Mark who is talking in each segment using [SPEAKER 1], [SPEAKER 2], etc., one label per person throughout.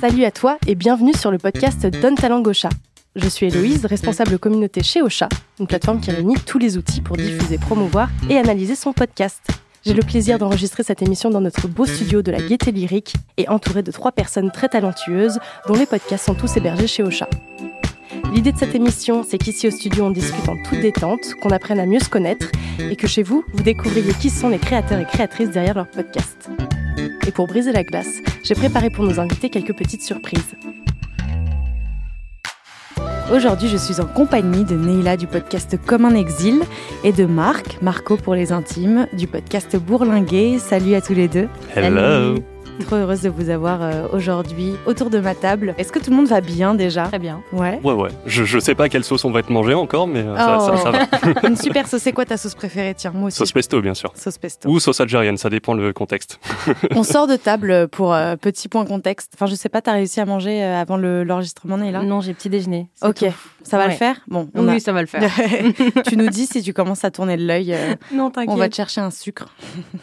[SPEAKER 1] Salut à toi et bienvenue sur le podcast Donne ta langue au chat. Je suis Héloïse, responsable communauté chez Ocha, une plateforme qui réunit tous les outils pour diffuser, promouvoir et analyser son podcast. J'ai le plaisir d'enregistrer cette émission dans notre beau studio de la Gaieté Lyrique et entouré de trois personnes très talentueuses dont les podcasts sont tous hébergés chez Ocha. L'idée de cette émission, c'est qu'ici au studio, on discute en toute détente, qu'on apprenne à mieux se connaître et que chez vous, vous découvriez qui sont les créateurs et créatrices derrière leur podcast. Et pour briser la glace, j'ai préparé pour nos invités quelques petites surprises. Aujourd'hui, je suis en compagnie de Neila du podcast Comme un exil et de Marc, Marco pour les intimes, du podcast Bourlinguer. Salut à tous les deux.
[SPEAKER 2] Hello.
[SPEAKER 1] Trop heureuse de vous avoir euh, aujourd'hui autour de ma table. Est-ce que tout le monde va bien déjà
[SPEAKER 3] Très bien.
[SPEAKER 1] Ouais.
[SPEAKER 2] Ouais, ouais. Je, je sais pas quelle sauce on va te manger encore, mais euh, ça,
[SPEAKER 1] Oh.
[SPEAKER 2] ça, ça va.
[SPEAKER 1] Une super sauce, c'est quoi ta sauce préférée Tiens, moi aussi.
[SPEAKER 2] Sauce pesto, bien sûr.
[SPEAKER 1] Sauce pesto.
[SPEAKER 2] Ou sauce algérienne, ça dépend le contexte.
[SPEAKER 1] On sort de table pour euh, petit point contexte. Enfin, je sais pas, t'as réussi à manger euh, avant le- l'enregistrement, Neila
[SPEAKER 3] Non, j'ai petit déjeuner. c'est
[SPEAKER 1] Ok,
[SPEAKER 3] tout.
[SPEAKER 1] ça va le
[SPEAKER 3] Mm. Ouais.
[SPEAKER 1] faire Bon, on a-
[SPEAKER 3] Oui, ça va le faire.
[SPEAKER 1] tu nous dis si tu commences à tourner de l'œil, euh,
[SPEAKER 3] non,
[SPEAKER 1] on va te chercher un sucre.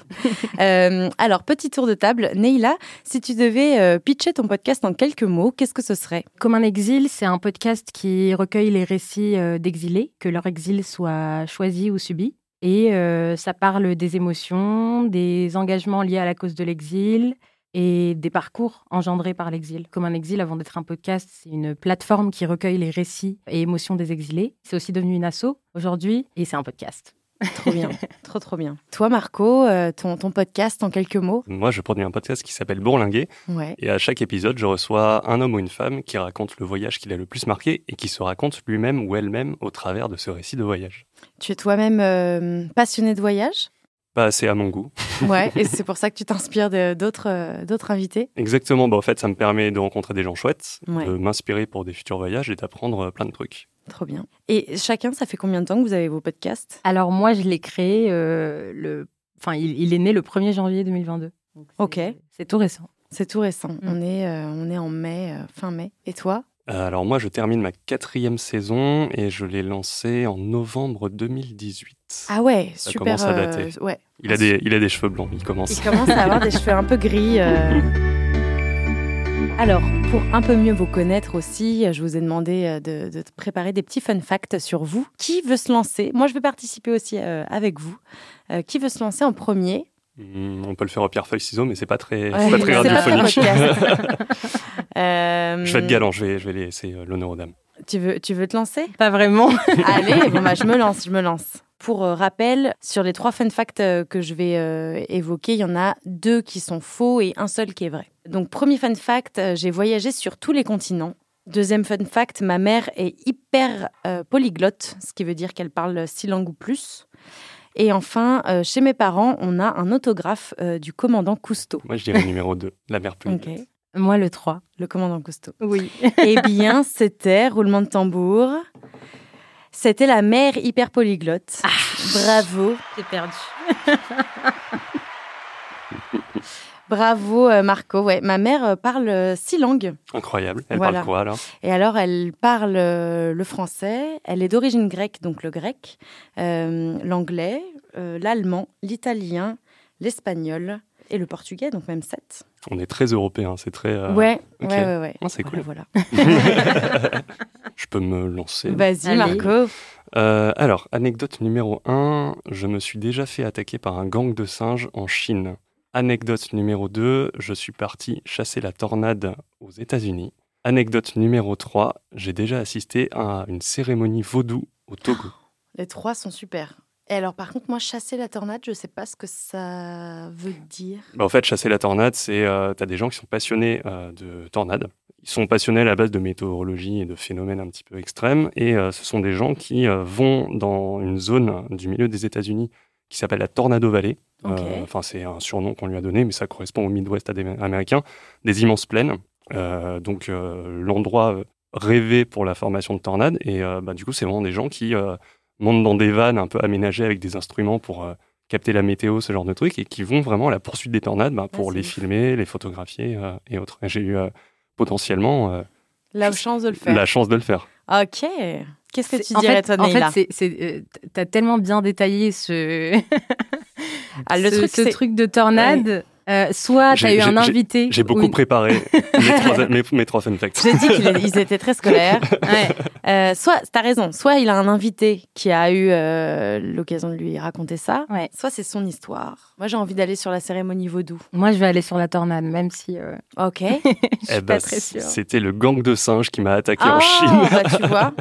[SPEAKER 1] Euh, alors, petit tour de table. Neila, si tu devais euh, pitcher ton podcast en quelques mots, qu'est-ce que ce serait
[SPEAKER 3] Comme un exil, c'est un podcast qui recueille les récits euh, d'exilés, que leur exil soit choisi ou subi. Et euh, ça parle des émotions, des engagements liés à la cause de l'exil et des parcours engendrés par l'exil. Comme un exil, avant d'être un podcast, c'est une plateforme qui recueille les récits et émotions des exilés. C'est aussi devenu une asso aujourd'hui et c'est un podcast.
[SPEAKER 1] Trop bien, trop trop bien. Toi, Marco, euh, ton, ton podcast en quelques mots
[SPEAKER 2] Moi, je produis un podcast qui s'appelle Bourlinguer,
[SPEAKER 1] Ouais.
[SPEAKER 2] et à chaque épisode, je reçois un homme ou une femme qui raconte le voyage qui l'a le plus marqué et qui se raconte lui-même ou elle-même au travers de ce récit de voyage.
[SPEAKER 1] Tu es toi-même euh, passionné de voyage
[SPEAKER 2] Pas assez à mon goût.
[SPEAKER 1] Ouais, et c'est pour ça que tu t'inspires de- d'autres euh, d'autres invités
[SPEAKER 2] Exactement, bah, en fait, ça me permet de rencontrer des gens chouettes,
[SPEAKER 1] Ouais.
[SPEAKER 2] de m'inspirer pour des futurs voyages et d'apprendre euh, plein de trucs.
[SPEAKER 1] Trop bien. Et chacun, ça fait combien de temps que vous avez vos podcasts
[SPEAKER 3] Alors moi, je l'ai créé, euh, le... enfin, il, il est né le 1er janvier 2022. Donc, c'est-
[SPEAKER 1] Ok.
[SPEAKER 3] C'est tout récent.
[SPEAKER 1] C'est tout récent.
[SPEAKER 3] Mm.
[SPEAKER 1] On, est, euh, on est en mai, euh, fin mai. Et toi
[SPEAKER 2] Euh, Alors moi, je termine ma quatrième saison et je l'ai lancé en novembre 2018.
[SPEAKER 1] Ah ouais, super. euh,
[SPEAKER 2] commence à dater.
[SPEAKER 1] ouais.
[SPEAKER 2] Il a des, il a des cheveux blancs, il
[SPEAKER 1] Il
[SPEAKER 2] commence.
[SPEAKER 1] commence à avoir des cheveux un peu gris. euh. Alors, pour un peu mieux vous connaître aussi, je vous ai demandé euh, de, de préparer des petits fun facts sur vous. Qui veut se lancer Moi, je vais participer aussi euh, avec vous. Euh, qui veut se lancer en premier
[SPEAKER 2] Hmm, on peut le faire au pierre feuille ciseaux, mais c'est pas très,
[SPEAKER 1] Ouais,
[SPEAKER 2] c'est pas très
[SPEAKER 1] c'est pas très
[SPEAKER 2] radiophonique.
[SPEAKER 1] podcast. Euh,
[SPEAKER 2] je vais être galant, je vais, je vais laisser euh, l'honneur aux dames.
[SPEAKER 1] Tu veux, tu veux te lancer
[SPEAKER 3] Pas vraiment.
[SPEAKER 1] Allez, bon bah, je me lance, je me lance. Pour euh, rappel, sur les trois fun facts euh, que je vais euh, évoquer, il y en a deux qui sont faux et un seul qui est vrai. Donc, premier fun fact, euh, j'ai voyagé sur tous les continents. Deuxième fun fact, ma mère est hyper euh, polyglotte, ce qui veut dire qu'elle parle six langues ou plus. Et enfin, euh, chez mes parents, on a un autographe euh, du commandant Cousteau.
[SPEAKER 2] Moi, je dirais numéro 2, la mère plus.
[SPEAKER 1] Ok,
[SPEAKER 3] Moi, le 3.
[SPEAKER 1] le commandant Cousteau.
[SPEAKER 3] Oui.
[SPEAKER 1] Eh bien, c'était roulement de tambour. C'était la mère hyper polyglotte. Bravo,
[SPEAKER 3] J'ai perdu.
[SPEAKER 1] bravo euh, Marco. Ouais, ma mère euh, parle euh, six langues.
[SPEAKER 2] Incroyable. Elle
[SPEAKER 1] Voilà.
[SPEAKER 2] parle quoi alors
[SPEAKER 1] Et alors, elle parle euh, le français. Elle est d'origine grecque, donc le grec, euh, l'anglais, euh, l'allemand, l'italien, l'espagnol et le portugais, donc même sept.
[SPEAKER 2] On est très européen, c'est très. euh,
[SPEAKER 1] ouais,
[SPEAKER 2] ok.
[SPEAKER 1] ouais, ouais, ouais.
[SPEAKER 2] Ah, c'est cool.
[SPEAKER 1] Voilà,
[SPEAKER 2] Je peux me lancer.
[SPEAKER 1] voilà. Vas-y
[SPEAKER 3] Allez.
[SPEAKER 1] Marco.
[SPEAKER 2] Euh, alors, anecdote numéro 1, je me suis déjà fait attaquer par un gang de singes en Chine. Anecdote numéro 2, je suis parti chasser la tornade aux États-Unis. Anecdote numéro 3, j'ai déjà assisté à une cérémonie vaudou au Togo.
[SPEAKER 1] Les trois sont super. Et alors, par contre, moi, chasser la tornade, je sais pas ce que ça veut dire.
[SPEAKER 2] Bah, en fait, chasser la tornade, c'est euh, t'as des gens qui sont passionnés euh, de tornades. Ils sont passionnés à la base de météorologie et de phénomènes un petit peu extrêmes. Et euh, ce sont des gens qui euh, vont dans une zone du milieu des États-Unis qui s'appelle la Tornado Valley. Euh,
[SPEAKER 1] Ok.
[SPEAKER 2] Enfin, c'est un surnom qu'on lui a donné, mais ça correspond au Midwest adé- américain. Des immenses plaines. Euh, donc, euh, l'endroit euh, rêvé pour la formation de tornades. Et euh, bah, du coup, c'est vraiment des gens qui euh, montent dans des vannes un peu aménagées avec des instruments pour euh, capter la météo, ce genre de trucs, et qui vont vraiment à la poursuite des tornades bah, pour
[SPEAKER 1] c'est
[SPEAKER 2] les
[SPEAKER 1] ouf.
[SPEAKER 2] filmer, les photographier euh, et autres. Et J'ai eu euh, potentiellement euh,
[SPEAKER 1] La chance de le faire.
[SPEAKER 2] la chance de le faire.
[SPEAKER 1] Ok. Qu'est-ce que tu dirais, toi,
[SPEAKER 3] En fait,
[SPEAKER 1] Neila
[SPEAKER 3] c'est- c'est, euh, t- t'as tellement bien détaillé ce,
[SPEAKER 1] Ah, le
[SPEAKER 3] ce,
[SPEAKER 1] truc,
[SPEAKER 3] ce
[SPEAKER 1] c'est-
[SPEAKER 3] truc de tornade Euh, soit tu as
[SPEAKER 2] J'ai-
[SPEAKER 3] eu un
[SPEAKER 2] j'ai-
[SPEAKER 3] invité.
[SPEAKER 2] J'ai beaucoup
[SPEAKER 3] ou une-
[SPEAKER 2] préparé mes trois, mes, mes trois fun facts.
[SPEAKER 4] J'ai dit qu'ils étaient très scolaires.
[SPEAKER 3] Ouais.
[SPEAKER 4] Euh, soit, t'as raison, soit il a un invité qui a eu euh, l'occasion de lui raconter ça,
[SPEAKER 3] Ouais.
[SPEAKER 4] soit c'est son histoire. Moi, j'ai envie d'aller sur la cérémonie vaudou.
[SPEAKER 3] Moi, je vais aller sur la tornade, même si euh,
[SPEAKER 4] Ok.
[SPEAKER 3] je suis
[SPEAKER 2] Eh
[SPEAKER 3] pas
[SPEAKER 2] ben,
[SPEAKER 3] très sûre.
[SPEAKER 2] c'était le gang de singes qui m'a attaqué
[SPEAKER 4] Ah,
[SPEAKER 2] en Chine.
[SPEAKER 4] bah, tu vois.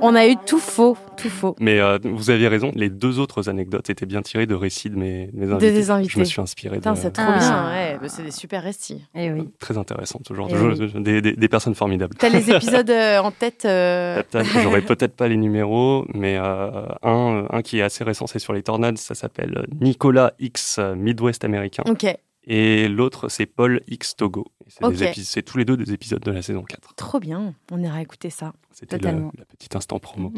[SPEAKER 4] On a eu tout faux, tout faux.
[SPEAKER 2] Mais euh, vous aviez raison, les deux autres anecdotes étaient bien tirées de récits de mes, de mes invités.
[SPEAKER 4] des invités.
[SPEAKER 2] Je me suis inspiré
[SPEAKER 4] Putain,
[SPEAKER 2] de
[SPEAKER 4] c'est trop
[SPEAKER 3] Ah.
[SPEAKER 4] bien. Ouais, bah, c'est des super récits.
[SPEAKER 3] Eh oui.
[SPEAKER 2] très intéressant, ce genre
[SPEAKER 3] Eh
[SPEAKER 2] de jeu, des, des- des personnes formidables.
[SPEAKER 4] T'as les épisodes euh, en tête. euh,
[SPEAKER 2] Tac, tac, J'aurais peut-être pas les numéros, mais euh, un, un qui est assez récent, c'est sur les tornades, ça s'appelle Nicolas X euh, Midwest américain,
[SPEAKER 4] Ok,
[SPEAKER 2] et l'autre c'est Paul X Togo. Et C'est des
[SPEAKER 4] Ok.
[SPEAKER 2] épis- c'est tous les deux des épisodes de la saison 4.
[SPEAKER 4] trop bien. On ira écouter ça.
[SPEAKER 2] C'était le,
[SPEAKER 3] Totalement.
[SPEAKER 2] la petite instant promo.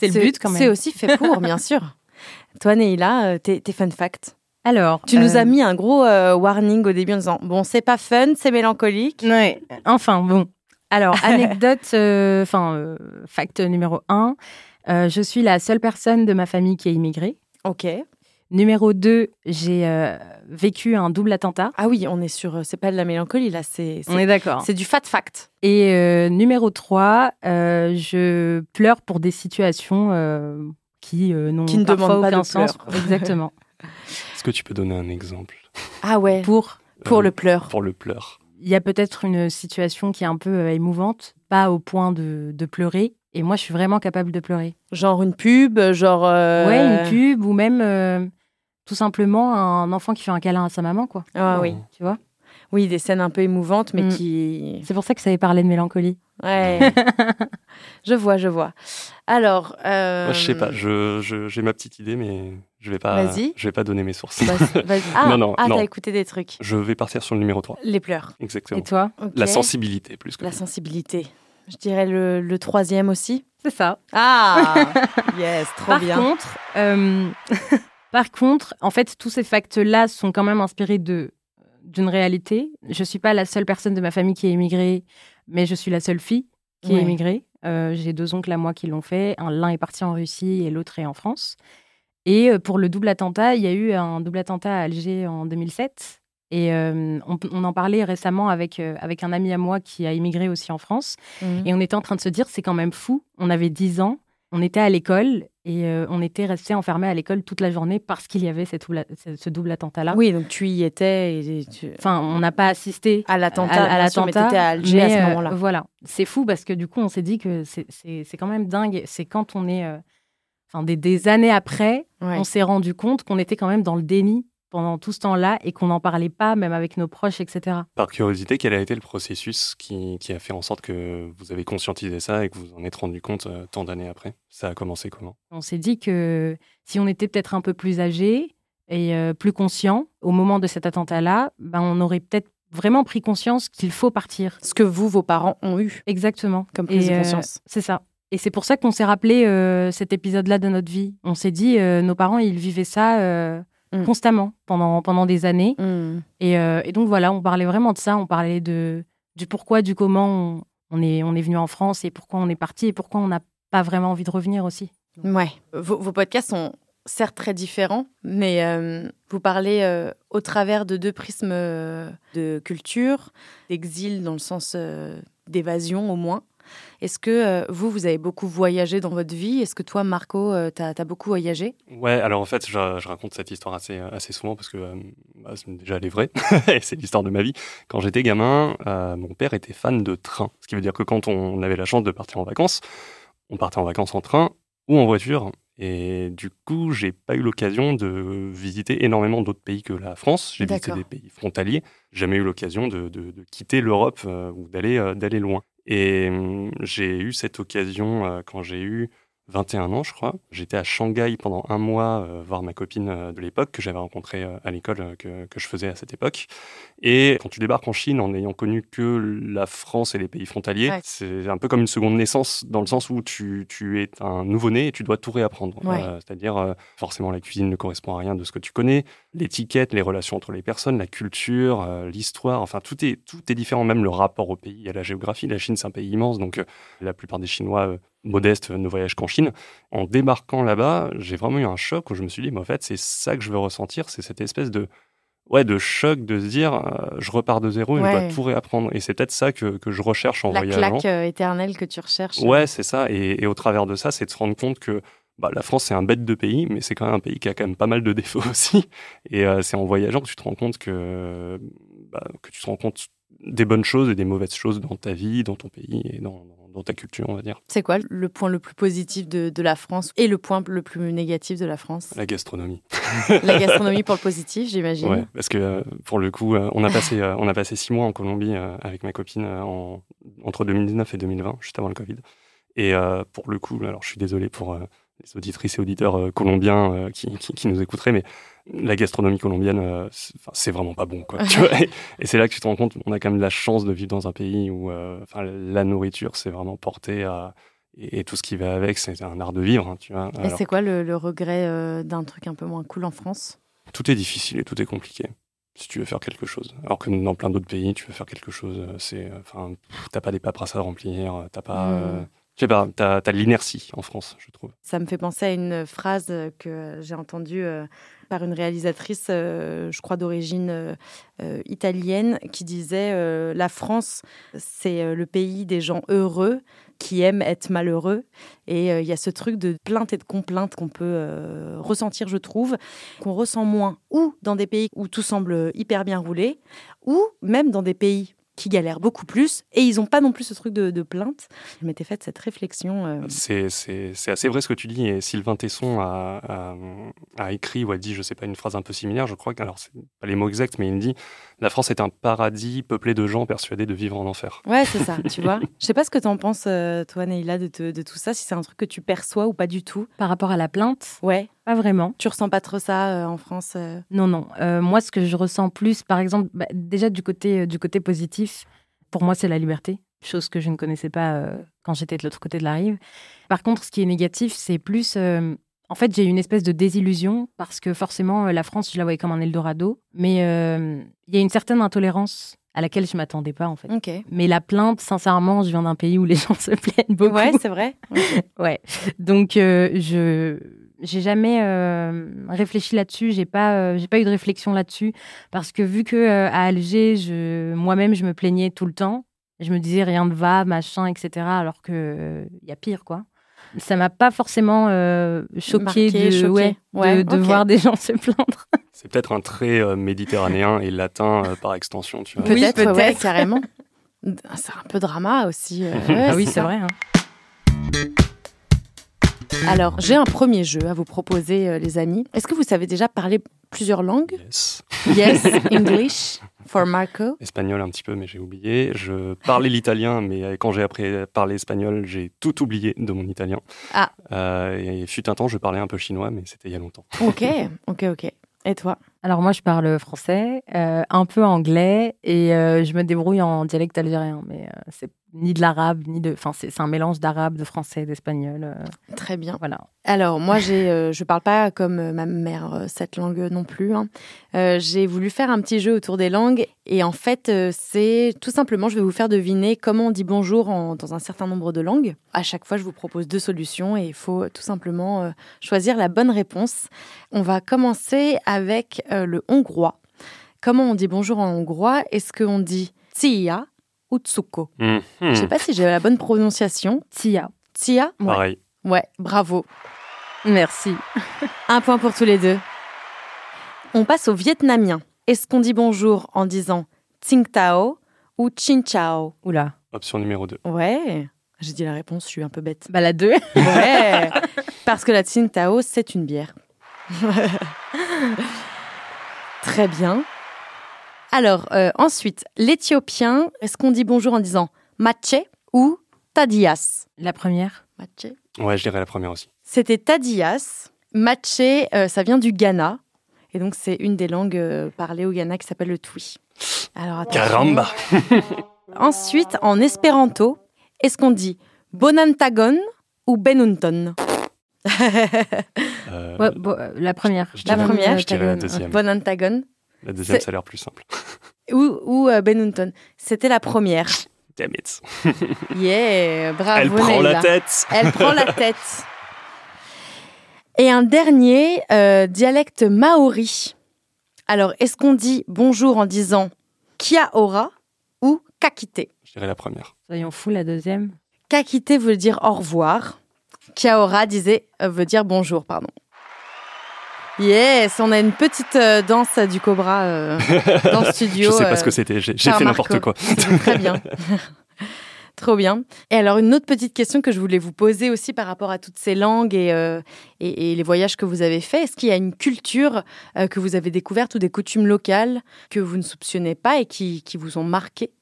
[SPEAKER 3] C'est le but quand
[SPEAKER 4] C'est
[SPEAKER 3] même.
[SPEAKER 4] aussi fait pour, bien sûr. Toi, Neila, euh, tes tes fun facts.
[SPEAKER 3] Alors,
[SPEAKER 4] Tu nous
[SPEAKER 3] euh,
[SPEAKER 4] as mis un gros euh, warning au début en disant Bon, c'est pas fun, c'est mélancolique.
[SPEAKER 3] Ouais. Enfin, bon. Alors, anecdote, euh, enfin, euh, fact numéro 1, je suis la seule personne de ma famille qui est immigrée.
[SPEAKER 4] Ok.
[SPEAKER 3] Numéro 2, j'ai euh, vécu un double attentat.
[SPEAKER 4] Ah oui, on est sur. euh, C'est pas de la mélancolie, là, c'est. c'est-
[SPEAKER 3] est d'accord.
[SPEAKER 4] C'est du fat fact.
[SPEAKER 3] Et euh, numéro 3, je pleure pour des situations euh, qui euh, n'ont
[SPEAKER 4] Qui ne
[SPEAKER 3] parfois
[SPEAKER 4] demandent pas
[SPEAKER 3] aucun
[SPEAKER 4] de
[SPEAKER 3] sens.
[SPEAKER 4] pleurs.
[SPEAKER 3] Exactement.
[SPEAKER 2] Est-ce que tu peux donner un exemple
[SPEAKER 4] Ah ouais, pour,
[SPEAKER 3] pour
[SPEAKER 2] euh,
[SPEAKER 4] le pleur.
[SPEAKER 2] pour le pleur
[SPEAKER 3] il y a peut-être une situation qui est un peu euh, émouvante, pas au point de, de pleurer. Et moi, je suis vraiment capable de pleurer.
[SPEAKER 4] Genre une pub, genre. euh,
[SPEAKER 3] Ouais, une pub ou même euh, tout simplement un enfant qui fait un câlin à sa maman, quoi.
[SPEAKER 4] Ah
[SPEAKER 2] Oh.
[SPEAKER 4] oui.
[SPEAKER 3] Tu vois
[SPEAKER 4] Oui, des scènes un peu émouvantes, mais
[SPEAKER 3] Mm.
[SPEAKER 4] qui.
[SPEAKER 3] C'est pour ça que ça avait parlé de mélancolie.
[SPEAKER 4] Ouais. je vois, je vois. Alors. euh,
[SPEAKER 2] Moi, je sais pas, je- je- j'ai ma petite idée, mais je vais pas,
[SPEAKER 4] Vas-y.
[SPEAKER 2] je vais pas donner mes sources.
[SPEAKER 4] bah, c'est- vas-y. ah,
[SPEAKER 2] Non, non,
[SPEAKER 4] ah,
[SPEAKER 2] non.
[SPEAKER 4] t'as écouté des trucs.
[SPEAKER 2] Je vais partir sur le numéro 3.
[SPEAKER 4] Les pleurs.
[SPEAKER 2] Exactement.
[SPEAKER 3] Et toi
[SPEAKER 4] Ok.
[SPEAKER 2] La sensibilité, plus que
[SPEAKER 4] La sensibilité. Je dirais le, le troisième aussi.
[SPEAKER 3] C'est ça.
[SPEAKER 4] Ah Yes, trop
[SPEAKER 3] Par
[SPEAKER 4] bien.
[SPEAKER 3] contre, euh, par contre, en fait, tous ces facts-là sont quand même inspirés de d'une réalité. Je suis pas la seule personne de ma famille qui est immigrée, mais je suis la seule fille qui
[SPEAKER 4] Ouais.
[SPEAKER 3] est immigrée. Euh, J'ai deux oncles à moi qui l'ont fait. Un- L'un est parti en Russie et l'autre est en France. Et euh, pour le double attentat, il y a eu un double attentat à Alger en 2007. Et euh, on, on en parlait récemment avec, euh, avec un ami à moi qui a immigré aussi en France.
[SPEAKER 4] Mhm.
[SPEAKER 3] Et on était en train de se dire, c'est quand même fou. On avait 10 ans, on était à l'école et euh, on était resté enfermé à l'école toute la journée parce qu'il y avait cette double- ce ce double attentat-là.
[SPEAKER 4] Oui, donc tu y étais et tu-
[SPEAKER 3] Enfin, on n'a pas assisté
[SPEAKER 4] à l'attentat.
[SPEAKER 3] à, à
[SPEAKER 4] bien sûr, mais
[SPEAKER 3] l'attentat.
[SPEAKER 4] t'étais à Alger à
[SPEAKER 3] mais,
[SPEAKER 4] ce
[SPEAKER 3] euh,
[SPEAKER 4] moment-là.
[SPEAKER 3] voilà, c'est fou parce que du coup, on s'est dit que c'est- c'est c'est quand même dingue. C'est quand on est, euh, enfin, des, des années après,
[SPEAKER 4] Ouais.
[SPEAKER 3] on s'est rendu compte qu'on était quand même dans le déni pendant tout ce temps-là et qu'on n'en parlait pas, même avec nos proches, etc.
[SPEAKER 2] Par curiosité, quel a été le processus qui, qui a fait en sorte que vous avez conscientisé ça et que vous en êtes rendu compte euh, tant d'années après Ça a commencé comment
[SPEAKER 3] On s'est dit que si on était peut-être un peu plus âgé et euh, plus conscient au moment de cet attentat-là, ben, on aurait peut-être vraiment pris conscience qu'il faut partir.
[SPEAKER 4] Ce que vous, vos parents, ont eu
[SPEAKER 3] Exactement.
[SPEAKER 4] comme prise
[SPEAKER 3] Et,
[SPEAKER 4] de
[SPEAKER 3] euh,
[SPEAKER 4] conscience.
[SPEAKER 3] C'est ça. Et c'est pour ça qu'on s'est rappelé euh, cet épisode-là de notre vie. On s'est dit, euh, nos parents, ils vivaient ça euh,
[SPEAKER 4] Mm.
[SPEAKER 3] constamment pendant, pendant des années.
[SPEAKER 4] Mhm.
[SPEAKER 3] Et, euh, et donc voilà, on parlait vraiment de ça. On parlait de, du pourquoi, du comment on, on est, on est venu en France et pourquoi on est parti et pourquoi on n'a pas vraiment envie de revenir aussi.
[SPEAKER 4] Ouais. Euh, Vos, vos podcasts sont certes très différents, mais euh, vous parlez euh, au travers de deux prismes euh, de culture, d'exil dans le sens euh, d'évasion au moins. Est-ce que euh, vous, vous avez beaucoup voyagé dans votre vie Est-ce que toi, Marco, euh, t'as as beaucoup voyagé
[SPEAKER 2] Ouais, alors en fait, je, je raconte cette histoire assez, assez souvent parce que euh, bah, c'est- déjà elle est vraie, et c'est l'histoire de ma vie. Quand j'étais gamin, euh, mon père était fan de train, ce qui veut dire que quand on avait la chance de partir en vacances, on partait en vacances en train ou en voiture. Et du coup, j'ai pas eu l'occasion de visiter énormément d'autres pays que la France. J'ai visité
[SPEAKER 4] D'accord.
[SPEAKER 2] des pays frontaliers. J'ai Jamais eu l'occasion de, de- de quitter l'Europe euh, ou d'aller euh, d'aller loin. Et hum, j'ai eu cette occasion euh, quand j'ai eu 21 ans, je crois. J'étais à Shanghai pendant un mois euh, voir ma copine euh, de l'époque que j'avais rencontrée euh, à l'école euh, que, que je faisais à cette époque. Et quand tu débarques en Chine en n'ayant connu que la France et les pays frontaliers,
[SPEAKER 4] Ouais.
[SPEAKER 2] c'est un peu comme une seconde naissance dans le sens où tu, tu es un nouveau-né et tu dois tout réapprendre.
[SPEAKER 4] Ouais.
[SPEAKER 2] Euh, C'est-à-dire, euh, forcément, la cuisine ne correspond à rien de ce que tu connais. L'étiquette, les relations entre les personnes, la culture, euh, l'histoire, enfin, tout est, tout est différent, même le rapport au pays et à la géographie. La Chine, c'est un pays immense, donc euh, la plupart des Chinois euh, modeste ne voyage qu'en Chine. En débarquant là-bas, j'ai vraiment eu un choc où je me suis dit, mais en fait, c'est ça que je veux ressentir, c'est cette espèce de ouais de choc de se dire, euh, je repars de zéro et
[SPEAKER 4] Ouais.
[SPEAKER 2] je dois tout réapprendre. Et c'est peut-être ça que, que je recherche en
[SPEAKER 4] La
[SPEAKER 2] voyageant.
[SPEAKER 4] claque euh, éternelle que tu recherches.
[SPEAKER 2] Ouais, c'est ça. Et, et au travers de ça, c'est de se rendre compte que bah, la France, c'est un bête de pays, mais c'est quand même un pays qui a quand même pas mal de défauts aussi. Et euh, c'est en voyageant que tu te rends compte que, bah, que tu te rends compte des bonnes choses et des mauvaises choses dans ta vie, dans ton pays et dans, dans ta culture, on va dire.
[SPEAKER 4] C'est quoi le point le plus positif de, de la France et le point le plus négatif de la France
[SPEAKER 2] La gastronomie.
[SPEAKER 4] La gastronomie pour le positif, j'imagine.
[SPEAKER 2] Ouais, parce que euh, pour le coup, euh, on, a passé, euh, on a passé six mois en Colombie euh, avec ma copine euh, en- entre 2019 et 2020, juste avant le Covid. Et euh, pour le coup, alors je suis désolé pour euh, les auditrices et auditeurs euh, colombiens euh, qui, qui- qui nous écouteraient, mais la gastronomie colombienne, euh, c'est- 'fin, c'est vraiment pas bon. Quoi, tu vois et et c'est là que tu te rends compte, on a quand même la chance de vivre dans un pays où euh, 'fin, la nourriture, c'est vraiment porté à. Et, et tout ce qui va avec, c'est un art de vivre. hein, tu vois.
[SPEAKER 4] Et
[SPEAKER 2] Alors,
[SPEAKER 4] c'est quoi le, le regret euh, d'un truc un peu moins cool en France
[SPEAKER 2] tout est difficile et tout est compliqué si tu veux faire quelque chose. Alors que dans plein d'autres pays, tu veux faire quelque chose, euh, c'est, euh, enfin, pff, t'as pas des paperasses à remplir, euh, t'as pas,
[SPEAKER 3] Mmh.
[SPEAKER 4] Mm.
[SPEAKER 2] euh, je sais pas, t'as, t'as de l'inertie en France, je trouve.
[SPEAKER 4] Ça me fait penser à une phrase euh, que j'ai entendue euh, par une réalisatrice, euh, je crois d'origine euh, euh, italienne, qui disait euh, La France, c'est euh, le pays des gens heureux qui aiment être malheureux. Et euh, il y a ce truc de plainte et de complainte qu'on peut euh, ressentir, je trouve, qu'on ressent moins, ou dans des pays où tout semble euh, hyper bien rouler, ou même dans des pays qui galèrent beaucoup plus et ils n'ont pas non plus ce truc de, de plainte. Je m'étais faite cette réflexion.
[SPEAKER 3] Mmh.
[SPEAKER 4] euh,
[SPEAKER 2] C'est, c'est, c'est assez vrai ce que tu dis. Et Sylvain Tesson a, a- a écrit ou a dit, je sais pas, une phrase un peu similaire, je crois. que- Alors, c'est pas les mots exacts, mais il dit La France est un paradis peuplé de gens persuadés de vivre en enfer.
[SPEAKER 4] Ouais, c'est ça, tu vois. Je sais pas ce que t'en penses, euh, toi, Neila, de, te- de tout ça, si c'est un truc que tu perçois ou pas du tout.
[SPEAKER 3] Par rapport à la plainte,
[SPEAKER 4] Ouais,
[SPEAKER 3] pas vraiment.
[SPEAKER 4] tu ressens pas trop ça euh, en France. euh.
[SPEAKER 3] Non, non. Euh, moi, ce que je ressens plus, par exemple, bah, déjà du côté, euh, du côté positif, pour moi, c'est la liberté, chose que je ne connaissais pas euh, quand j'étais de l'autre côté de la rive. Par contre, ce qui est négatif, c'est plus. euh, en fait, j'ai eu une espèce de désillusion parce que forcément, euh, la France, je la voyais comme un Eldorado. Mais euh, il y a une certaine intolérance à laquelle je m'attendais pas, en fait.
[SPEAKER 4] Ok.
[SPEAKER 3] Mais la plainte, sincèrement, je viens d'un pays où les gens se plaignent beaucoup.
[SPEAKER 4] Ouais, c'est vrai.
[SPEAKER 3] Ouais. Donc euh, je j'ai jamais euh, réfléchi là-dessus, j'ai pas euh, j'ai pas eu de réflexion là-dessus parce que vu que euh, à Alger, je moi-même je me plaignais tout le temps, je me disais rien ne va, machin, etc. Alors que euh, y a pire quoi. Ça m'a pas forcément euh, choqué
[SPEAKER 4] Marqué,
[SPEAKER 3] de,
[SPEAKER 4] choqué.
[SPEAKER 3] ouais, de-
[SPEAKER 4] Ouais,
[SPEAKER 3] de
[SPEAKER 4] ok.
[SPEAKER 3] voir des gens se plaindre.
[SPEAKER 2] C'est peut-être un trait euh, méditerranéen et latin euh, par extension, tu vois.
[SPEAKER 3] Oui,
[SPEAKER 4] Peut-être, ouais,
[SPEAKER 3] peut-être.
[SPEAKER 4] carrément. Ah, C'est un peu drama aussi. euh, ouais,
[SPEAKER 3] ah oui,
[SPEAKER 4] c'est
[SPEAKER 3] c'est
[SPEAKER 4] ça.
[SPEAKER 3] vrai. hein.
[SPEAKER 4] Alors, j'ai un premier jeu à vous proposer, euh, les amis. Est-ce que vous savez déjà parler plusieurs langues
[SPEAKER 2] Yes.
[SPEAKER 4] Yes, English for Marco.
[SPEAKER 2] espagnol un petit peu, mais j'ai oublié. Je parlais l'italien, mais euh, quand j'ai appris à parler espagnol, j'ai tout oublié de mon italien.
[SPEAKER 4] Ah.
[SPEAKER 2] Euh, et fut un temps, je parlais un peu chinois, mais c'était il y a longtemps.
[SPEAKER 4] Ok, ok, ok. Et toi
[SPEAKER 3] Alors moi je parle français, euh, un peu anglais et euh, je me débrouille en dialecte algérien, mais euh, c'est ni de l'arabe ni de, enfin c'est c'est un mélange d'arabe, de français, d'espagnol, euh,
[SPEAKER 4] Très bien.
[SPEAKER 3] voilà.
[SPEAKER 4] Alors, moi, j'ai, euh, je ne parle pas comme euh, ma mère euh, cette langue non plus. hein. Euh, j'ai voulu faire un petit jeu autour des langues. Et en fait, euh, c'est tout simplement, je vais vous faire deviner comment on dit bonjour en- dans un certain nombre de langues. À chaque fois, je vous propose deux solutions et il faut tout simplement euh, choisir la bonne réponse. On va commencer avec euh, le hongrois. Comment on dit bonjour en hongrois Est-ce qu'on dit tia ou tsuko
[SPEAKER 2] Mhm.
[SPEAKER 4] Je ne sais pas si j'ai la bonne prononciation.
[SPEAKER 3] Tia.
[SPEAKER 4] Tia
[SPEAKER 2] Pareil.
[SPEAKER 4] Ouais, bravo.
[SPEAKER 3] Merci.
[SPEAKER 4] Un point pour tous les deux. On passe au vietnamien. Est-ce qu'on dit bonjour en disant Tsing Tao ou Chin Chao
[SPEAKER 3] Oula.
[SPEAKER 2] Option numéro 2.
[SPEAKER 4] Ouais. J'ai dit la réponse, je suis un peu bête.
[SPEAKER 3] Bah la 2.
[SPEAKER 4] Ouais. Parce que la Tsing Tao, c'est une bière. Très bien. Alors, euh, ensuite, l'éthiopien, est-ce qu'on dit bonjour en disant Maché ou Tadias
[SPEAKER 3] La première.
[SPEAKER 4] Maché
[SPEAKER 2] Ouais, je dirais la première aussi.
[SPEAKER 4] C'était Tadias. Maché, euh, ça vient du Ghana. Et donc, c'est une des langues euh, parlées au Ghana qui s'appelle le Twi. Alors, attention.
[SPEAKER 2] Caramba
[SPEAKER 4] Ensuite, en espéranto, est-ce qu'on dit Bonantagon ou Benunton
[SPEAKER 2] Euh,
[SPEAKER 3] Ouais, bon, euh, la première.
[SPEAKER 2] je
[SPEAKER 4] La
[SPEAKER 2] dirais-
[SPEAKER 4] première.
[SPEAKER 2] Je dirais la
[SPEAKER 3] Taïwan.
[SPEAKER 2] deuxième.
[SPEAKER 4] Bonantagon
[SPEAKER 2] La deuxième,
[SPEAKER 4] C'est-
[SPEAKER 2] ça a l'air plus simple.
[SPEAKER 4] ou, ou euh, Benunton C'était la première.
[SPEAKER 2] Damn it.
[SPEAKER 4] Yeah, bravo.
[SPEAKER 2] Elle prend
[SPEAKER 4] Naïla.
[SPEAKER 2] la tête.
[SPEAKER 4] Elle prend la tête. Et un dernier, euh, dialecte maori. Alors, est-ce qu'on dit bonjour en disant kia ora ou kakite
[SPEAKER 2] Je dirais la première.
[SPEAKER 3] Soyons fous, la deuxième.
[SPEAKER 4] Kakite veut dire au revoir. Kia ora disait, euh, veut dire bonjour, pardon. Yes, on a une petite euh, danse du cobra euh, dans le studio.
[SPEAKER 2] Je sais
[SPEAKER 4] euh,
[SPEAKER 2] pas ce que c'était. J'ai j'ai
[SPEAKER 4] par
[SPEAKER 2] fait
[SPEAKER 4] Marco.
[SPEAKER 2] n'importe quoi.
[SPEAKER 4] Très bien. Trop bien. Et alors, une autre petite question que je voulais vous poser aussi par rapport à toutes ces langues et, euh, et, et les voyages que vous avez faits. Est-ce qu'il y a une culture euh, que vous avez découverte ou des coutumes locales que vous ne soupçonnez pas et qui, qui vous ont marqué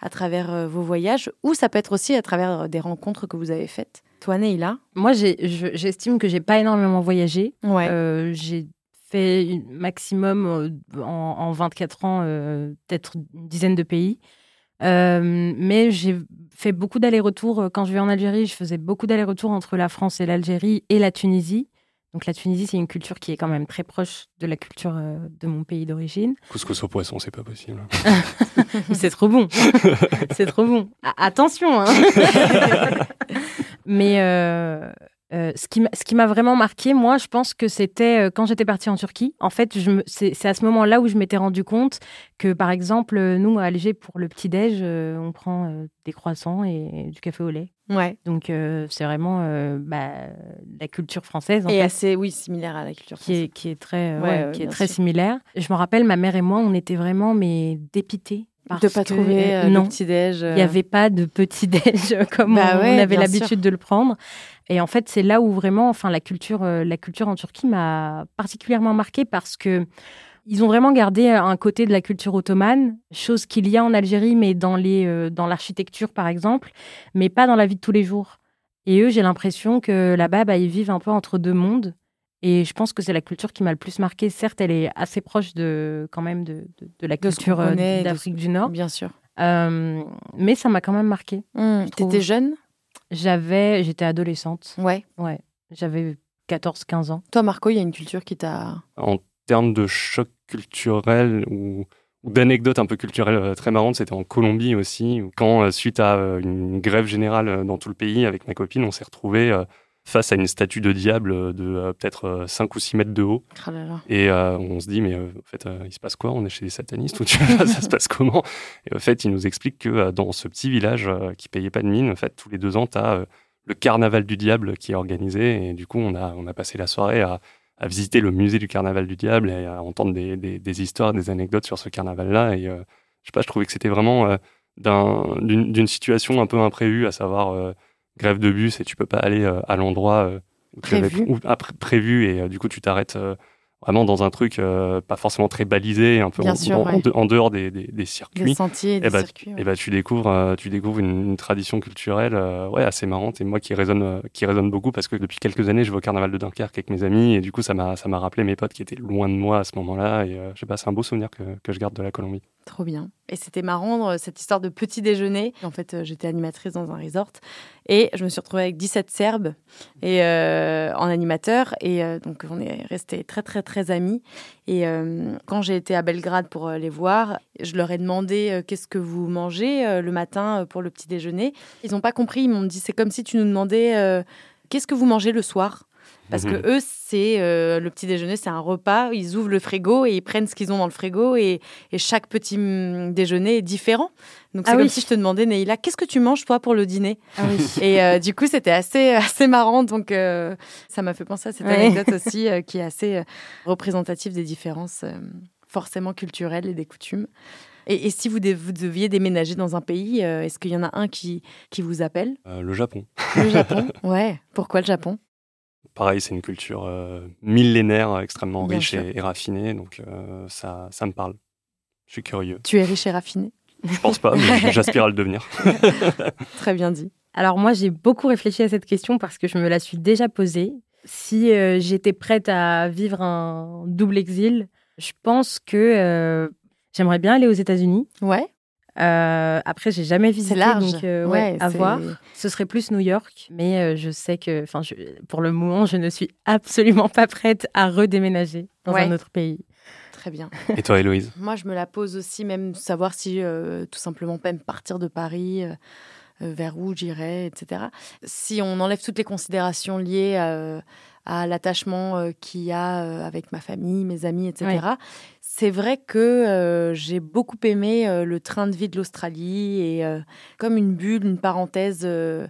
[SPEAKER 4] à travers euh, vos voyages Ou ça peut être aussi à travers euh, des rencontres que vous avez faites Toi, Neila
[SPEAKER 3] Moi, j'ai- je- j'estime que j'ai pas énormément voyagé.
[SPEAKER 4] Ouais.
[SPEAKER 3] Euh, j'ai fait une- maximum euh, en, en 24 ans, euh, peut-être une dizaine de pays. Euh, mais j'ai fait beaucoup d'allers-retours. euh, Quand je vais en Algérie, je faisais beaucoup d'allers-retours entre la France et l'Algérie et la Tunisie. Donc la Tunisie, c'est une culture qui est quand même très proche de la culture euh, de mon pays d'origine.
[SPEAKER 2] Couscous au poisson, c'est pas possible.
[SPEAKER 3] Mais c'est trop bon. c'est trop bon. A- attention. hein. Mais euh, euh, ce qui m'a- ce qui m'a vraiment marqué, moi, je pense que c'était euh, quand j'étais partie en Turquie. En fait, je me- c'est c'est à ce moment-là où je m'étais rendu compte que, par exemple, euh, nous, à Alger, pour le petit-déj, euh, on prend euh, des croissants et du café au lait.
[SPEAKER 4] Ouais.
[SPEAKER 3] Donc, euh, c'est vraiment euh, bah, la culture française. en
[SPEAKER 4] Et
[SPEAKER 3] fait
[SPEAKER 4] assez, oui, similaire à la culture
[SPEAKER 3] qui
[SPEAKER 4] française.
[SPEAKER 3] est, qui est très, euh,
[SPEAKER 4] Ouais,
[SPEAKER 3] ouais,
[SPEAKER 4] ouais,
[SPEAKER 3] qui est
[SPEAKER 4] bien
[SPEAKER 3] très
[SPEAKER 4] sûr.
[SPEAKER 3] similaire. Je me rappelle, ma mère et moi, on était vraiment mais dépités.
[SPEAKER 4] De
[SPEAKER 3] parce
[SPEAKER 4] pas
[SPEAKER 3] que-
[SPEAKER 4] trouver euh,
[SPEAKER 3] non,
[SPEAKER 4] le petit-déj. euh,
[SPEAKER 3] il n'y avait pas de petit déj euh, comme
[SPEAKER 4] Bah
[SPEAKER 3] on
[SPEAKER 4] ouais,
[SPEAKER 3] avait
[SPEAKER 4] bien sûr.
[SPEAKER 3] l'habitude de le prendre. Et en fait, c'est là où vraiment, enfin, la culture, euh, la culture en Turquie m'a particulièrement marquée parce que ils ont vraiment gardé euh, un côté de la culture ottomane, chose qu'il y a en Algérie, mais dans les, euh, dans l'architecture par exemple, mais pas dans la vie de tous les jours. Et eux, j'ai l'impression que là-bas, bah, ils vivent un peu entre deux mondes. Et je pense que c'est la culture qui m'a le plus marquée. Certes, elle est assez proche de, quand même de, de- de la
[SPEAKER 4] De ce qu'on
[SPEAKER 3] culture euh,
[SPEAKER 4] connaît, de
[SPEAKER 3] d'Afrique du Nord.
[SPEAKER 4] Bien sûr.
[SPEAKER 3] Euh, mais ça m'a quand même marqué.
[SPEAKER 4] Hum,
[SPEAKER 3] je trouve.
[SPEAKER 4] T'étais jeune
[SPEAKER 3] J'avais, j'étais adolescente.
[SPEAKER 4] Ouais.
[SPEAKER 3] Ouais, j'avais 14-15 ans.
[SPEAKER 4] Toi, Marco, il y a une culture qui t'a.
[SPEAKER 2] En termes de choc culturel ou, ou d'anecdotes un peu culturelles euh, très marrantes, c'était en Colombie aussi, où quand euh, suite à euh, une grève générale euh, dans tout le pays avec ma copine, on s'est retrouvé face à une statue de diable euh, de euh, peut-être 5 ou 6 mètres de haut.
[SPEAKER 4] Oh là là.
[SPEAKER 2] Et euh, on se dit, mais euh, en fait, euh, il se passe quoi On est chez des satanistes ou tu vois, ça se passe comment Et en fait, il nous explique que euh, dans ce petit village euh, qui payait pas de mine, en fait, tous les deux ans, tu as le carnaval du diable qui est organisé. Et du coup, on a, on a passé la soirée à, à visiter le musée du carnaval du diable et à entendre des, des- des histoires, des anecdotes sur ce carnaval-là. Et euh, je sais pas, je trouvais que c'était vraiment euh, d'un- d'une d'une situation un peu imprévue, à savoir euh, grève de bus et tu peux pas aller euh, à l'endroit euh, où tu avais
[SPEAKER 4] Prévu.
[SPEAKER 2] où- ah, pr- prévu. Et euh, du coup, tu t'arrêtes. euh, vraiment dans un truc euh, pas forcément très balisé, un peu
[SPEAKER 4] Bien
[SPEAKER 2] en,
[SPEAKER 4] sûr,
[SPEAKER 2] en-
[SPEAKER 4] ouais.
[SPEAKER 2] de- en dehors des, des- des
[SPEAKER 4] Des
[SPEAKER 2] circuits.
[SPEAKER 4] sentiers, des
[SPEAKER 2] bah,
[SPEAKER 4] circuits. ouais.
[SPEAKER 2] Et bah, tu découvres, euh, tu découvres une, une tradition culturelle euh, ouais, assez marrante et moi qui résonne, euh, qui résonne beaucoup parce que depuis quelques années, je vais au carnaval de Dunkerque avec mes amis et du coup, ça m'a ça m'a rappelé mes potes qui étaient loin de moi à ce moment-là. Et euh, je sais pas, c'est un beau souvenir que, que je garde de la Colombie.
[SPEAKER 4] Trop bien. Et c'était marrant, euh, cette histoire de petit déjeuner. En fait, euh, j'étais animatrice dans un resort et je me suis retrouvée avec 17 Serbes et, euh, en animateur. Et euh, donc, on est restés très, très, très amis. Et euh, quand j'ai été à Belgrade pour euh, les voir, je leur ai demandé euh, qu'est-ce que vous mangez euh, le matin euh, pour le petit déjeuner. Ils n'ont pas compris. Ils m'ont dit c'est comme si tu nous demandais euh, qu'est-ce que vous mangez le soir. Parce que eux, c'est euh, le petit déjeuner, c'est un repas. Ils ouvrent le frigo et ils prennent ce qu'ils ont dans le frigo et et chaque petit mm, déjeuner est différent. Donc c'est
[SPEAKER 3] Ah
[SPEAKER 4] comme
[SPEAKER 3] oui.
[SPEAKER 4] si je te demandais, Neila, qu'est-ce que tu manges toi pour le dîner
[SPEAKER 3] Ah oui.
[SPEAKER 4] Et euh, du coup, c'était assez, assez marrant. Donc euh, ça m'a fait penser à cette
[SPEAKER 3] Ouais.
[SPEAKER 4] anecdote aussi euh, qui est assez euh, représentative des différences euh, forcément culturelles et des coutumes. Et, et si vous, dé- vous deviez déménager dans un pays, euh, est-ce qu'il y en a un qui, qui vous appelle
[SPEAKER 2] Euh, le Japon.
[SPEAKER 4] Le Japon Ouais. Pourquoi le Japon
[SPEAKER 2] Pareil, c'est une culture euh, millénaire, extrêmement
[SPEAKER 4] Bien
[SPEAKER 2] riche
[SPEAKER 4] sûr.
[SPEAKER 2] et, et raffinée, donc euh, ça, ça me parle. Je suis curieux.
[SPEAKER 4] Tu es riche et raffiné.
[SPEAKER 2] Je pense pas, mais j'aspire à le devenir.
[SPEAKER 4] Très bien dit.
[SPEAKER 3] Alors moi, j'ai beaucoup réfléchi à cette question parce que je me la suis déjà posée. Si euh, j'étais prête à vivre un double exil, je pense que euh, j'aimerais bien aller aux États-Unis.
[SPEAKER 4] Ouais,
[SPEAKER 3] Euh, après, j'ai jamais visité,
[SPEAKER 4] c'est large.
[SPEAKER 3] donc euh, ouais, à
[SPEAKER 4] c'est-
[SPEAKER 3] voir. Ce serait plus New York, mais euh, je sais que, enfin, je- pour le moment, je ne suis absolument pas prête à redéménager dans
[SPEAKER 4] Ouais.
[SPEAKER 3] un autre pays.
[SPEAKER 4] Très bien.
[SPEAKER 2] Et toi, Héloïse
[SPEAKER 4] Moi, je me la pose aussi, même savoir si euh, tout simplement même partir de Paris, euh, euh, vers où j'irai, etc. Si on enlève toutes les considérations liées à, à l'attachement euh, qu'il y a euh, avec ma famille, mes amis, etc. C'est vrai que euh, j'ai beaucoup aimé euh, le train de vie de l'Australie et euh, comme une bulle, une parenthèse euh,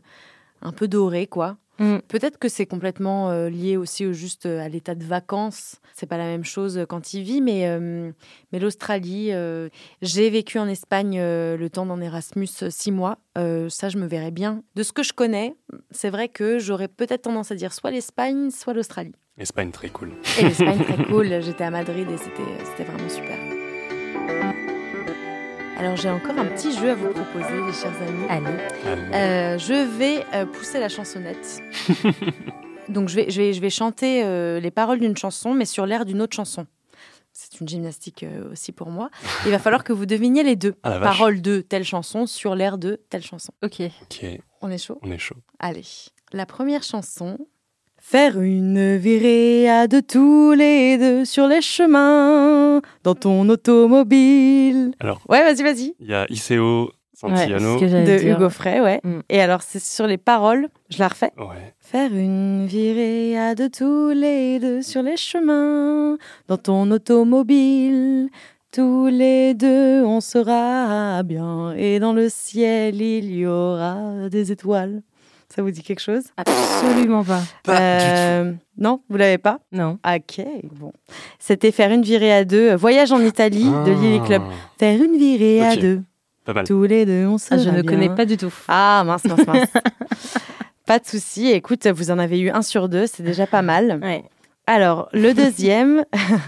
[SPEAKER 4] un peu dorée, quoi.
[SPEAKER 3] Mm.
[SPEAKER 4] Peut-être que c'est complètement euh, lié aussi au juste euh, à l'état de vacances. C'est pas la même chose euh, quand il vit, mais, euh, mais l'Australie. euh, j'ai vécu en Espagne euh, le temps d'un Erasmus euh, six mois. Euh, ça, je me verrais bien. De ce que je connais, c'est vrai que j'aurais peut-être tendance à dire soit l'Espagne, soit l'Australie.
[SPEAKER 2] Espagne, très cool.
[SPEAKER 4] Et l'Espagne, très cool. J'étais à Madrid et c'était euh, c'était vraiment super. Alors, j'ai encore un petit jeu à vous proposer, les chers amis.
[SPEAKER 3] Allez.
[SPEAKER 2] Allez.
[SPEAKER 4] Euh, je vais euh, pousser la chansonnette. Donc je vais, je vais, je vais chanter euh, les paroles d'une chanson, mais sur l'air d'une autre chanson. C'est une gymnastique euh, aussi pour moi. Il va falloir que vous deviniez les deux.
[SPEAKER 2] Ah, la vache.
[SPEAKER 4] Paroles de telle chanson sur l'air de telle chanson.
[SPEAKER 3] Ok.
[SPEAKER 2] Ok,
[SPEAKER 4] On est chaud
[SPEAKER 2] on est chaud.
[SPEAKER 4] Allez. La première chanson. Faire une virée à deux tous les deux sur les chemins, dans ton automobile.
[SPEAKER 2] Alors.
[SPEAKER 4] Ouais, vas-y, vas-y.
[SPEAKER 2] Il y a Iseo, Santiano.
[SPEAKER 3] c'est ce que j'allais
[SPEAKER 4] De
[SPEAKER 3] dire.
[SPEAKER 4] Hugo Frey, ouais.
[SPEAKER 3] Mm.
[SPEAKER 4] Et alors, c'est sur les paroles. Je la refais.
[SPEAKER 2] ouais.
[SPEAKER 4] Faire une virée à deux tous les deux sur les chemins, dans ton automobile. Tous les deux, on sera bien, et dans le ciel, il y aura des étoiles. Ça vous dit quelque chose
[SPEAKER 3] Absolument pas.
[SPEAKER 4] Euh, Non, vous l'avez pas
[SPEAKER 3] Non.
[SPEAKER 4] Ok, bon. C'était faire une virée à deux, euh, voyage en Italie de Lily Club.
[SPEAKER 2] Ah,
[SPEAKER 4] Faire une virée à
[SPEAKER 2] Ok.
[SPEAKER 4] deux,
[SPEAKER 2] Pas mal.
[SPEAKER 4] tous les deux, on sera
[SPEAKER 3] Ah, je ne
[SPEAKER 4] bien.
[SPEAKER 3] connais pas du tout.
[SPEAKER 4] Ah, mince, mince, mince. pas de souci. Écoute, vous en avez eu un sur deux, c'est déjà pas mal.
[SPEAKER 3] Ouais.
[SPEAKER 4] Alors, le deuxième,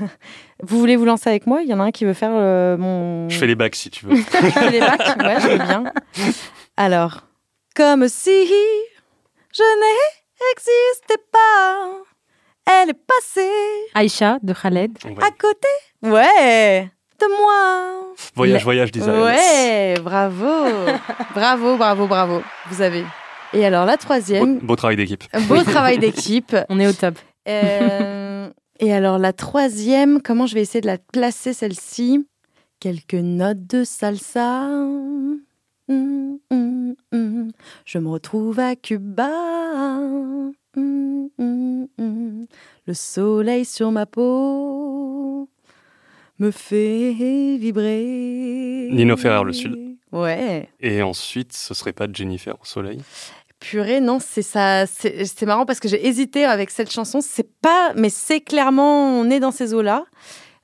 [SPEAKER 4] vous voulez vous lancer avec moi Il y en a un qui veut faire euh, mon.
[SPEAKER 2] Je fais les bacs si tu veux.
[SPEAKER 4] Je fais les bacs Ouais, je veux bien. Alors, comme si je n'existais pas, elle est passée
[SPEAKER 3] Aïcha de Khaled.
[SPEAKER 2] Ouais.
[SPEAKER 4] à côté. Ouais, de moi.
[SPEAKER 2] Voyage, voyage, des Ariels.
[SPEAKER 4] Ouais, bravo, bravo, bravo, bravo. Vous avez. Et alors la troisième,
[SPEAKER 2] Beau, beau travail d'équipe.
[SPEAKER 4] beau travail d'équipe.
[SPEAKER 3] On est au top.
[SPEAKER 4] Euh, et alors la troisième, comment je vais essayer de la placer celle-ci Quelques notes de salsa. Mm, mm, mm. Je me retrouve à Cuba. Mm, mm, mm. Le soleil sur ma peau me fait vibrer.
[SPEAKER 2] Nino Ferrer, le Sud.
[SPEAKER 4] Ouais.
[SPEAKER 2] Et ensuite, ce serait pas Jennifer au soleil
[SPEAKER 4] Purée, non, c'est ça. C'est c'est marrant parce que j'ai hésité avec cette chanson. C'est pas, mais c'est clairement, on est dans ces eaux-là.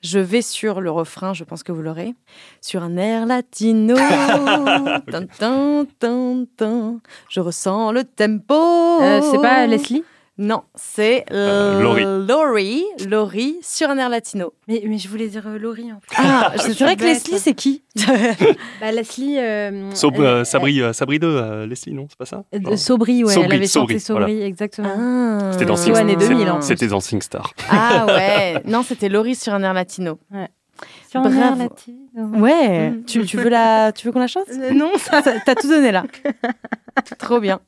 [SPEAKER 4] Je vais sur le refrain, je pense que vous l'aurez. Sur un air latino, Tin, tin, tin, tin. je ressens le tempo.
[SPEAKER 3] Euh, c'est pas Leslie
[SPEAKER 4] Non, c'est
[SPEAKER 2] Euh, Laurie.
[SPEAKER 4] Laurie. Laurie, sur un air latino.
[SPEAKER 3] mais, mais je voulais dire euh, Laurie en plus.
[SPEAKER 4] Ah, c'est
[SPEAKER 3] suis
[SPEAKER 4] vrai que
[SPEAKER 3] bête.
[SPEAKER 4] Leslie, c'est qui
[SPEAKER 3] Bah, Leslie. euh,
[SPEAKER 2] Sob-
[SPEAKER 3] elle-
[SPEAKER 2] euh, Sabri, euh, Sabri 2, euh, Leslie, non C'est pas ça
[SPEAKER 3] euh,
[SPEAKER 2] Non.
[SPEAKER 3] Sobri, ouais. elle
[SPEAKER 2] Sobri,
[SPEAKER 3] avait chanté
[SPEAKER 2] Sobri, voilà.
[SPEAKER 3] Sobri, exactement.
[SPEAKER 4] Ah.
[SPEAKER 2] C'était dans
[SPEAKER 3] Six- Swan et
[SPEAKER 2] C'est-
[SPEAKER 3] demi, là.
[SPEAKER 2] C'était dans SingStar.
[SPEAKER 4] Ah ouais, non, c'était Laurie sur un air latino.
[SPEAKER 3] Sur
[SPEAKER 4] Bravo.
[SPEAKER 3] un air latino.
[SPEAKER 4] Ouais,
[SPEAKER 3] Mm.
[SPEAKER 4] tu, tu veux la, tu veux qu'on la chante
[SPEAKER 3] Euh, non,
[SPEAKER 4] Ça- T'as tout donné là. Trop bien.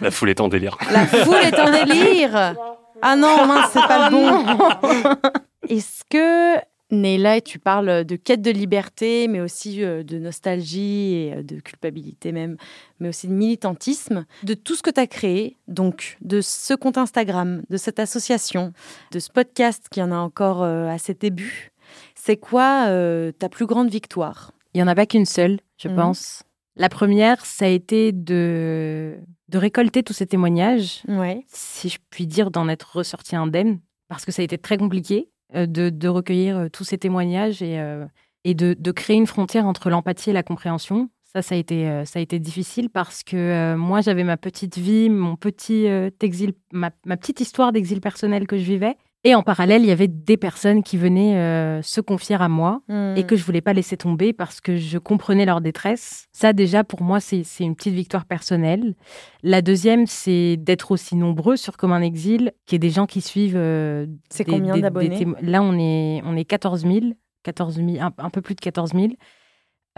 [SPEAKER 2] La foule est en délire.
[SPEAKER 4] La foule est en délire. Ah non, mince, c'est pas le bon. Est-ce que Néla, tu parles de quête de liberté, mais aussi euh, de nostalgie et euh, de culpabilité même, mais aussi de militantisme, de tout ce que tu as créé, donc de ce compte Instagram, de cette association, de ce podcast qui en a encore euh, à ses débuts. C'est quoi euh, ta plus grande victoire
[SPEAKER 3] Il n'y en a pas qu'une seule, je
[SPEAKER 4] Mhm.
[SPEAKER 3] pense. La première, ça a été de, de récolter tous ces témoignages,
[SPEAKER 4] Ouais.
[SPEAKER 3] si je puis dire, d'en être ressorti indemne, parce que ça a été très compliqué euh, de, de recueillir euh, tous ces témoignages et, euh, et de, de créer une frontière entre l'empathie et la compréhension. Ça, ça a été, euh, ça a été difficile parce que euh, moi, j'avais ma petite vie, mon petit euh, exil, ma, ma petite histoire d'exil personnel que je vivais. Et en parallèle, il y avait des personnes qui venaient euh, se confier à moi et que je voulais pas laisser tomber parce que je comprenais leur détresse. Ça, déjà, pour moi, c'est c'est une petite victoire personnelle. La deuxième, c'est d'être aussi nombreux sur Commun Exil, qu'il y ait des gens qui suivent. euh,
[SPEAKER 4] C'est
[SPEAKER 3] des-
[SPEAKER 4] combien
[SPEAKER 3] des- des
[SPEAKER 4] d'abonnés
[SPEAKER 3] témo- Là, on est, on est 14 000, 14 000 un, un peu plus de 14 000.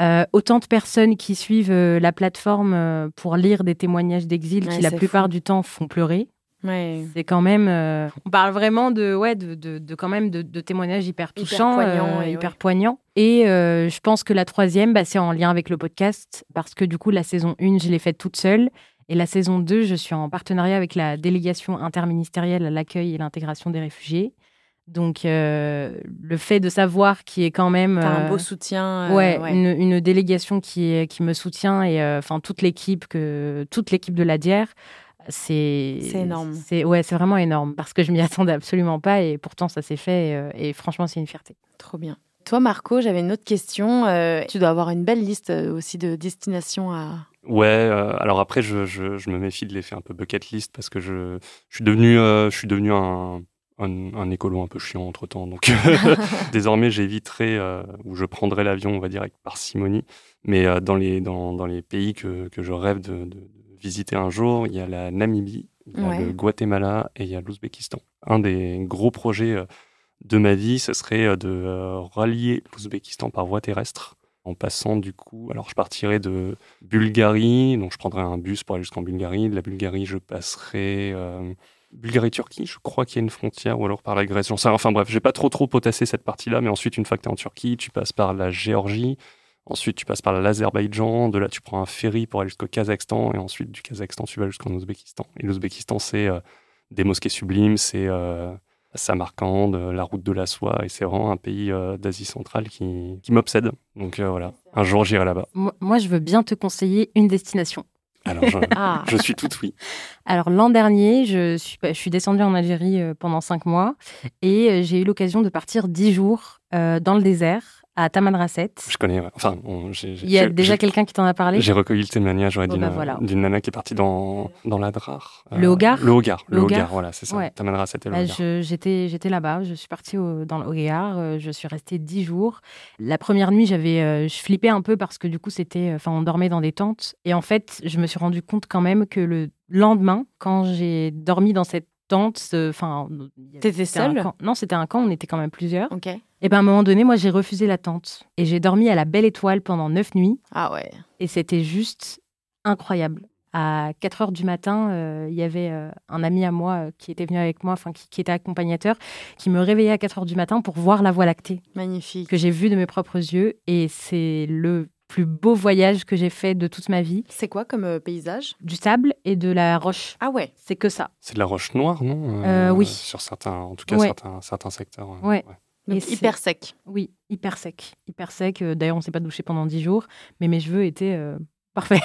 [SPEAKER 3] Euh, autant de personnes qui suivent euh, la plateforme euh, pour lire des témoignages d'exil
[SPEAKER 4] Ouais,
[SPEAKER 3] qui, la
[SPEAKER 4] c'est
[SPEAKER 3] plupart du temps, font pleurer.
[SPEAKER 4] Ouais.
[SPEAKER 3] C'est quand même. euh, on parle vraiment de, ouais, de, de- de quand même de, de témoignages hyper
[SPEAKER 4] Hyper
[SPEAKER 3] touchants,
[SPEAKER 4] poignants,
[SPEAKER 3] euh,
[SPEAKER 4] et
[SPEAKER 3] hyper
[SPEAKER 4] ouais.
[SPEAKER 3] poignants. Et euh, je pense que la troisième, bah, c'est en lien avec le podcast, parce que du coup, la saison 1, je l'ai faite toute seule. Et la saison 2, je suis en partenariat avec la délégation interministérielle à l'accueil et l'intégration des réfugiés. Donc, euh, le fait de savoir qui est quand même.
[SPEAKER 4] T'as un
[SPEAKER 3] euh,
[SPEAKER 4] beau soutien. euh,
[SPEAKER 3] ouais,
[SPEAKER 4] ouais.
[SPEAKER 3] Une, une délégation qui, est- qui me soutient et euh, enfin toute l'équipe que toute l'équipe de la DIER, c'est
[SPEAKER 4] C'est énorme.
[SPEAKER 3] C'est ouais, c'est vraiment énorme parce que je m'y attendais absolument pas et pourtant ça s'est fait et, euh, et franchement c'est une fierté.
[SPEAKER 4] Trop bien. Toi, Marco, j'avais une autre question. Euh, tu dois avoir une belle liste euh, aussi de destinations à.
[SPEAKER 2] Ouais, euh, alors après, je, je, je me méfie de l'effet un peu bucket list parce que je, je suis devenu, euh, je suis devenu un, un, un écolo un peu chiant entre temps. Donc euh, désormais, j'éviterai euh, ou je prendrai l'avion, on va dire, avec parcimonie. Mais euh, dans, les, dans, dans les pays que, que je rêve de, de visiter un jour, il y a la Namibie, il y a
[SPEAKER 4] Ouais.
[SPEAKER 2] le Guatemala et il y a l'Ouzbékistan. Un des gros projets euh, de ma vie, ce serait euh, de euh, rallier l'Ouzbékistan par voie terrestre. En passant du coup, alors je partirai de Bulgarie, donc je prendrai un bus pour aller jusqu'en Bulgarie. De la Bulgarie, je passerai euh, Bulgarie-Turquie, je crois qu'il y a une frontière, ou alors par la Grèce. j'en sais rien. Enfin bref, j'ai pas trop trop potassé cette partie-là, mais ensuite, une fois que t'es en Turquie, tu passes par la Géorgie, ensuite tu passes par l'Azerbaïdjan, de là tu prends un ferry pour aller jusqu'au Kazakhstan, et ensuite du Kazakhstan, tu vas jusqu'en Ouzbékistan. Et l'Ouzbékistan, c'est euh, des mosquées sublimes, c'est euh, Samarcande, euh, la route de la soie, et c'est vraiment un pays euh, d'Asie centrale qui, qui m'obsède. Donc euh, voilà, un jour j'irai là-bas.
[SPEAKER 3] Moi, moi, je veux bien te conseiller une destination.
[SPEAKER 2] Alors je,
[SPEAKER 4] Ah,
[SPEAKER 2] je suis tout oui.
[SPEAKER 3] Alors l'an dernier, je suis, je suis descendue en Algérie euh, pendant cinq mois et euh, j'ai eu l'occasion de partir dix jours euh, dans le désert à Tamanrasset.
[SPEAKER 2] Je connais, ouais. enfin, on- j'ai j'ai-
[SPEAKER 3] Il y a
[SPEAKER 2] j'ai-
[SPEAKER 3] déjà
[SPEAKER 2] j'ai-
[SPEAKER 3] quelqu'un qui t'en a parlé.
[SPEAKER 2] J'ai recueilli le témoignage ouais,
[SPEAKER 3] Oh,
[SPEAKER 2] d'une
[SPEAKER 3] bah, voilà.
[SPEAKER 2] d'une nana qui est partie dans, dans la Drare. Euh,
[SPEAKER 3] Le Hogar
[SPEAKER 2] Le Hogar, le
[SPEAKER 3] Le
[SPEAKER 2] Hogar,
[SPEAKER 3] Hogar
[SPEAKER 2] voilà, c'est ça.
[SPEAKER 3] Ouais.
[SPEAKER 2] Tamanra, c'était le
[SPEAKER 3] Bah,
[SPEAKER 2] Hogar.
[SPEAKER 3] je- J'étais j'étais là-bas, je suis partie au- dans le Hogar, euh, je suis restée dix jours. La première nuit, j'avais, euh, je flippais un peu parce que du coup, c'était, euh, enfin, on dormait dans des tentes. Et en fait, je me suis rendu compte quand même que le lendemain, quand j'ai dormi dans cette tente, euh, enfin, il y avait-
[SPEAKER 4] T'étais
[SPEAKER 3] c'était un
[SPEAKER 4] seule
[SPEAKER 3] camp- Non, c'était un camp, on était quand même plusieurs.
[SPEAKER 4] ok.
[SPEAKER 3] Et ben à un moment donné, moi, j'ai refusé la tente et j'ai dormi à la Belle Étoile pendant neuf nuits.
[SPEAKER 4] Ah ouais.
[SPEAKER 3] Et c'était juste incroyable. À 4 heures du matin, euh, il y avait euh, un ami à moi euh, qui était venu avec moi, enfin qui, qui était accompagnateur, qui me réveillait à 4 heures du matin pour voir la Voie lactée,
[SPEAKER 4] Magnifique.
[SPEAKER 3] que j'ai vue de mes propres yeux. Et c'est le plus beau voyage que j'ai fait de toute ma vie.
[SPEAKER 4] C'est quoi comme euh, paysage
[SPEAKER 3] Du sable et de la roche.
[SPEAKER 4] Ah ouais.
[SPEAKER 3] C'est que ça.
[SPEAKER 2] C'est de la roche noire, non
[SPEAKER 3] Euh, oui.
[SPEAKER 2] Sur certains, en tout cas,
[SPEAKER 3] Ouais.
[SPEAKER 2] certains, certains secteurs.
[SPEAKER 3] Ouais.
[SPEAKER 4] Donc,
[SPEAKER 3] Et c'est-
[SPEAKER 4] hyper sec.
[SPEAKER 3] Oui, hyper sec. Hyper sec. Euh, D'ailleurs, on s'est pas douché pendant 10 jours, mais mes cheveux étaient euh, parfaits.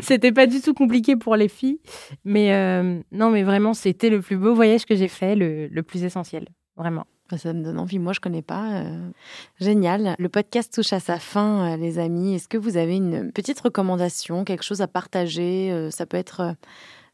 [SPEAKER 3] c'était pas du tout compliqué pour les filles. Mais euh, non, mais vraiment, c'était le plus beau voyage que j'ai fait, le, le plus essentiel. Vraiment.
[SPEAKER 4] Bah, Ça me donne envie. Moi, je connais pas. euh. Génial. Le podcast touche à sa fin, euh, les amis. Est-ce que vous avez une petite recommandation, quelque chose à partager Euh, Ça peut être euh,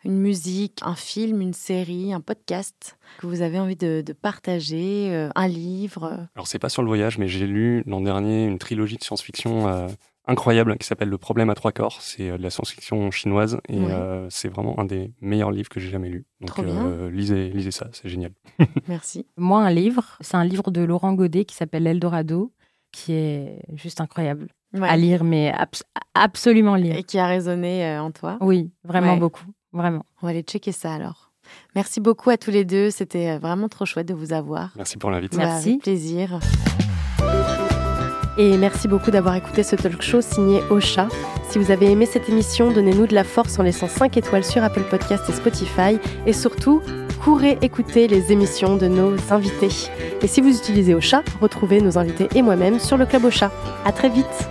[SPEAKER 4] une musique, un film, une série, un podcast que vous avez envie de, de partager, euh, un livre.
[SPEAKER 2] Alors, c'est pas sur le voyage, mais j'ai lu l'an dernier une trilogie de science-fiction euh, incroyable qui s'appelle Le problème à trois corps. C'est euh, de la science-fiction chinoise et
[SPEAKER 4] Ouais.
[SPEAKER 2] euh, c'est vraiment un des meilleurs livres que j'ai jamais lu. Donc,
[SPEAKER 4] Trop bien.
[SPEAKER 2] euh, lisez, lisez ça, c'est génial.
[SPEAKER 4] Merci.
[SPEAKER 3] Moi, un livre, c'est un livre de Laurent Godet qui s'appelle L'Eldorado, qui est juste incroyable
[SPEAKER 4] Ouais.
[SPEAKER 3] à lire, mais abs- absolument lire.
[SPEAKER 4] Et qui a résonné euh, en toi.
[SPEAKER 3] Oui, vraiment
[SPEAKER 4] Ouais.
[SPEAKER 3] beaucoup. Vraiment.
[SPEAKER 4] On va aller checker ça alors. Merci beaucoup à tous les deux. C'était euh, vraiment trop chouette de vous avoir.
[SPEAKER 2] Merci pour l'invitation.
[SPEAKER 4] Bah,
[SPEAKER 3] Merci.
[SPEAKER 4] avec plaisir.
[SPEAKER 1] Et merci beaucoup d'avoir écouté ce talk show signé Ocha. Si vous avez aimé cette émission, donnez-nous de la force en laissant 5 étoiles sur Apple Podcast et Spotify. Et surtout, courez écouter les émissions de nos invités. Et si vous utilisez Ocha, retrouvez nos invités et moi-même sur le Club Ocha. À très vite!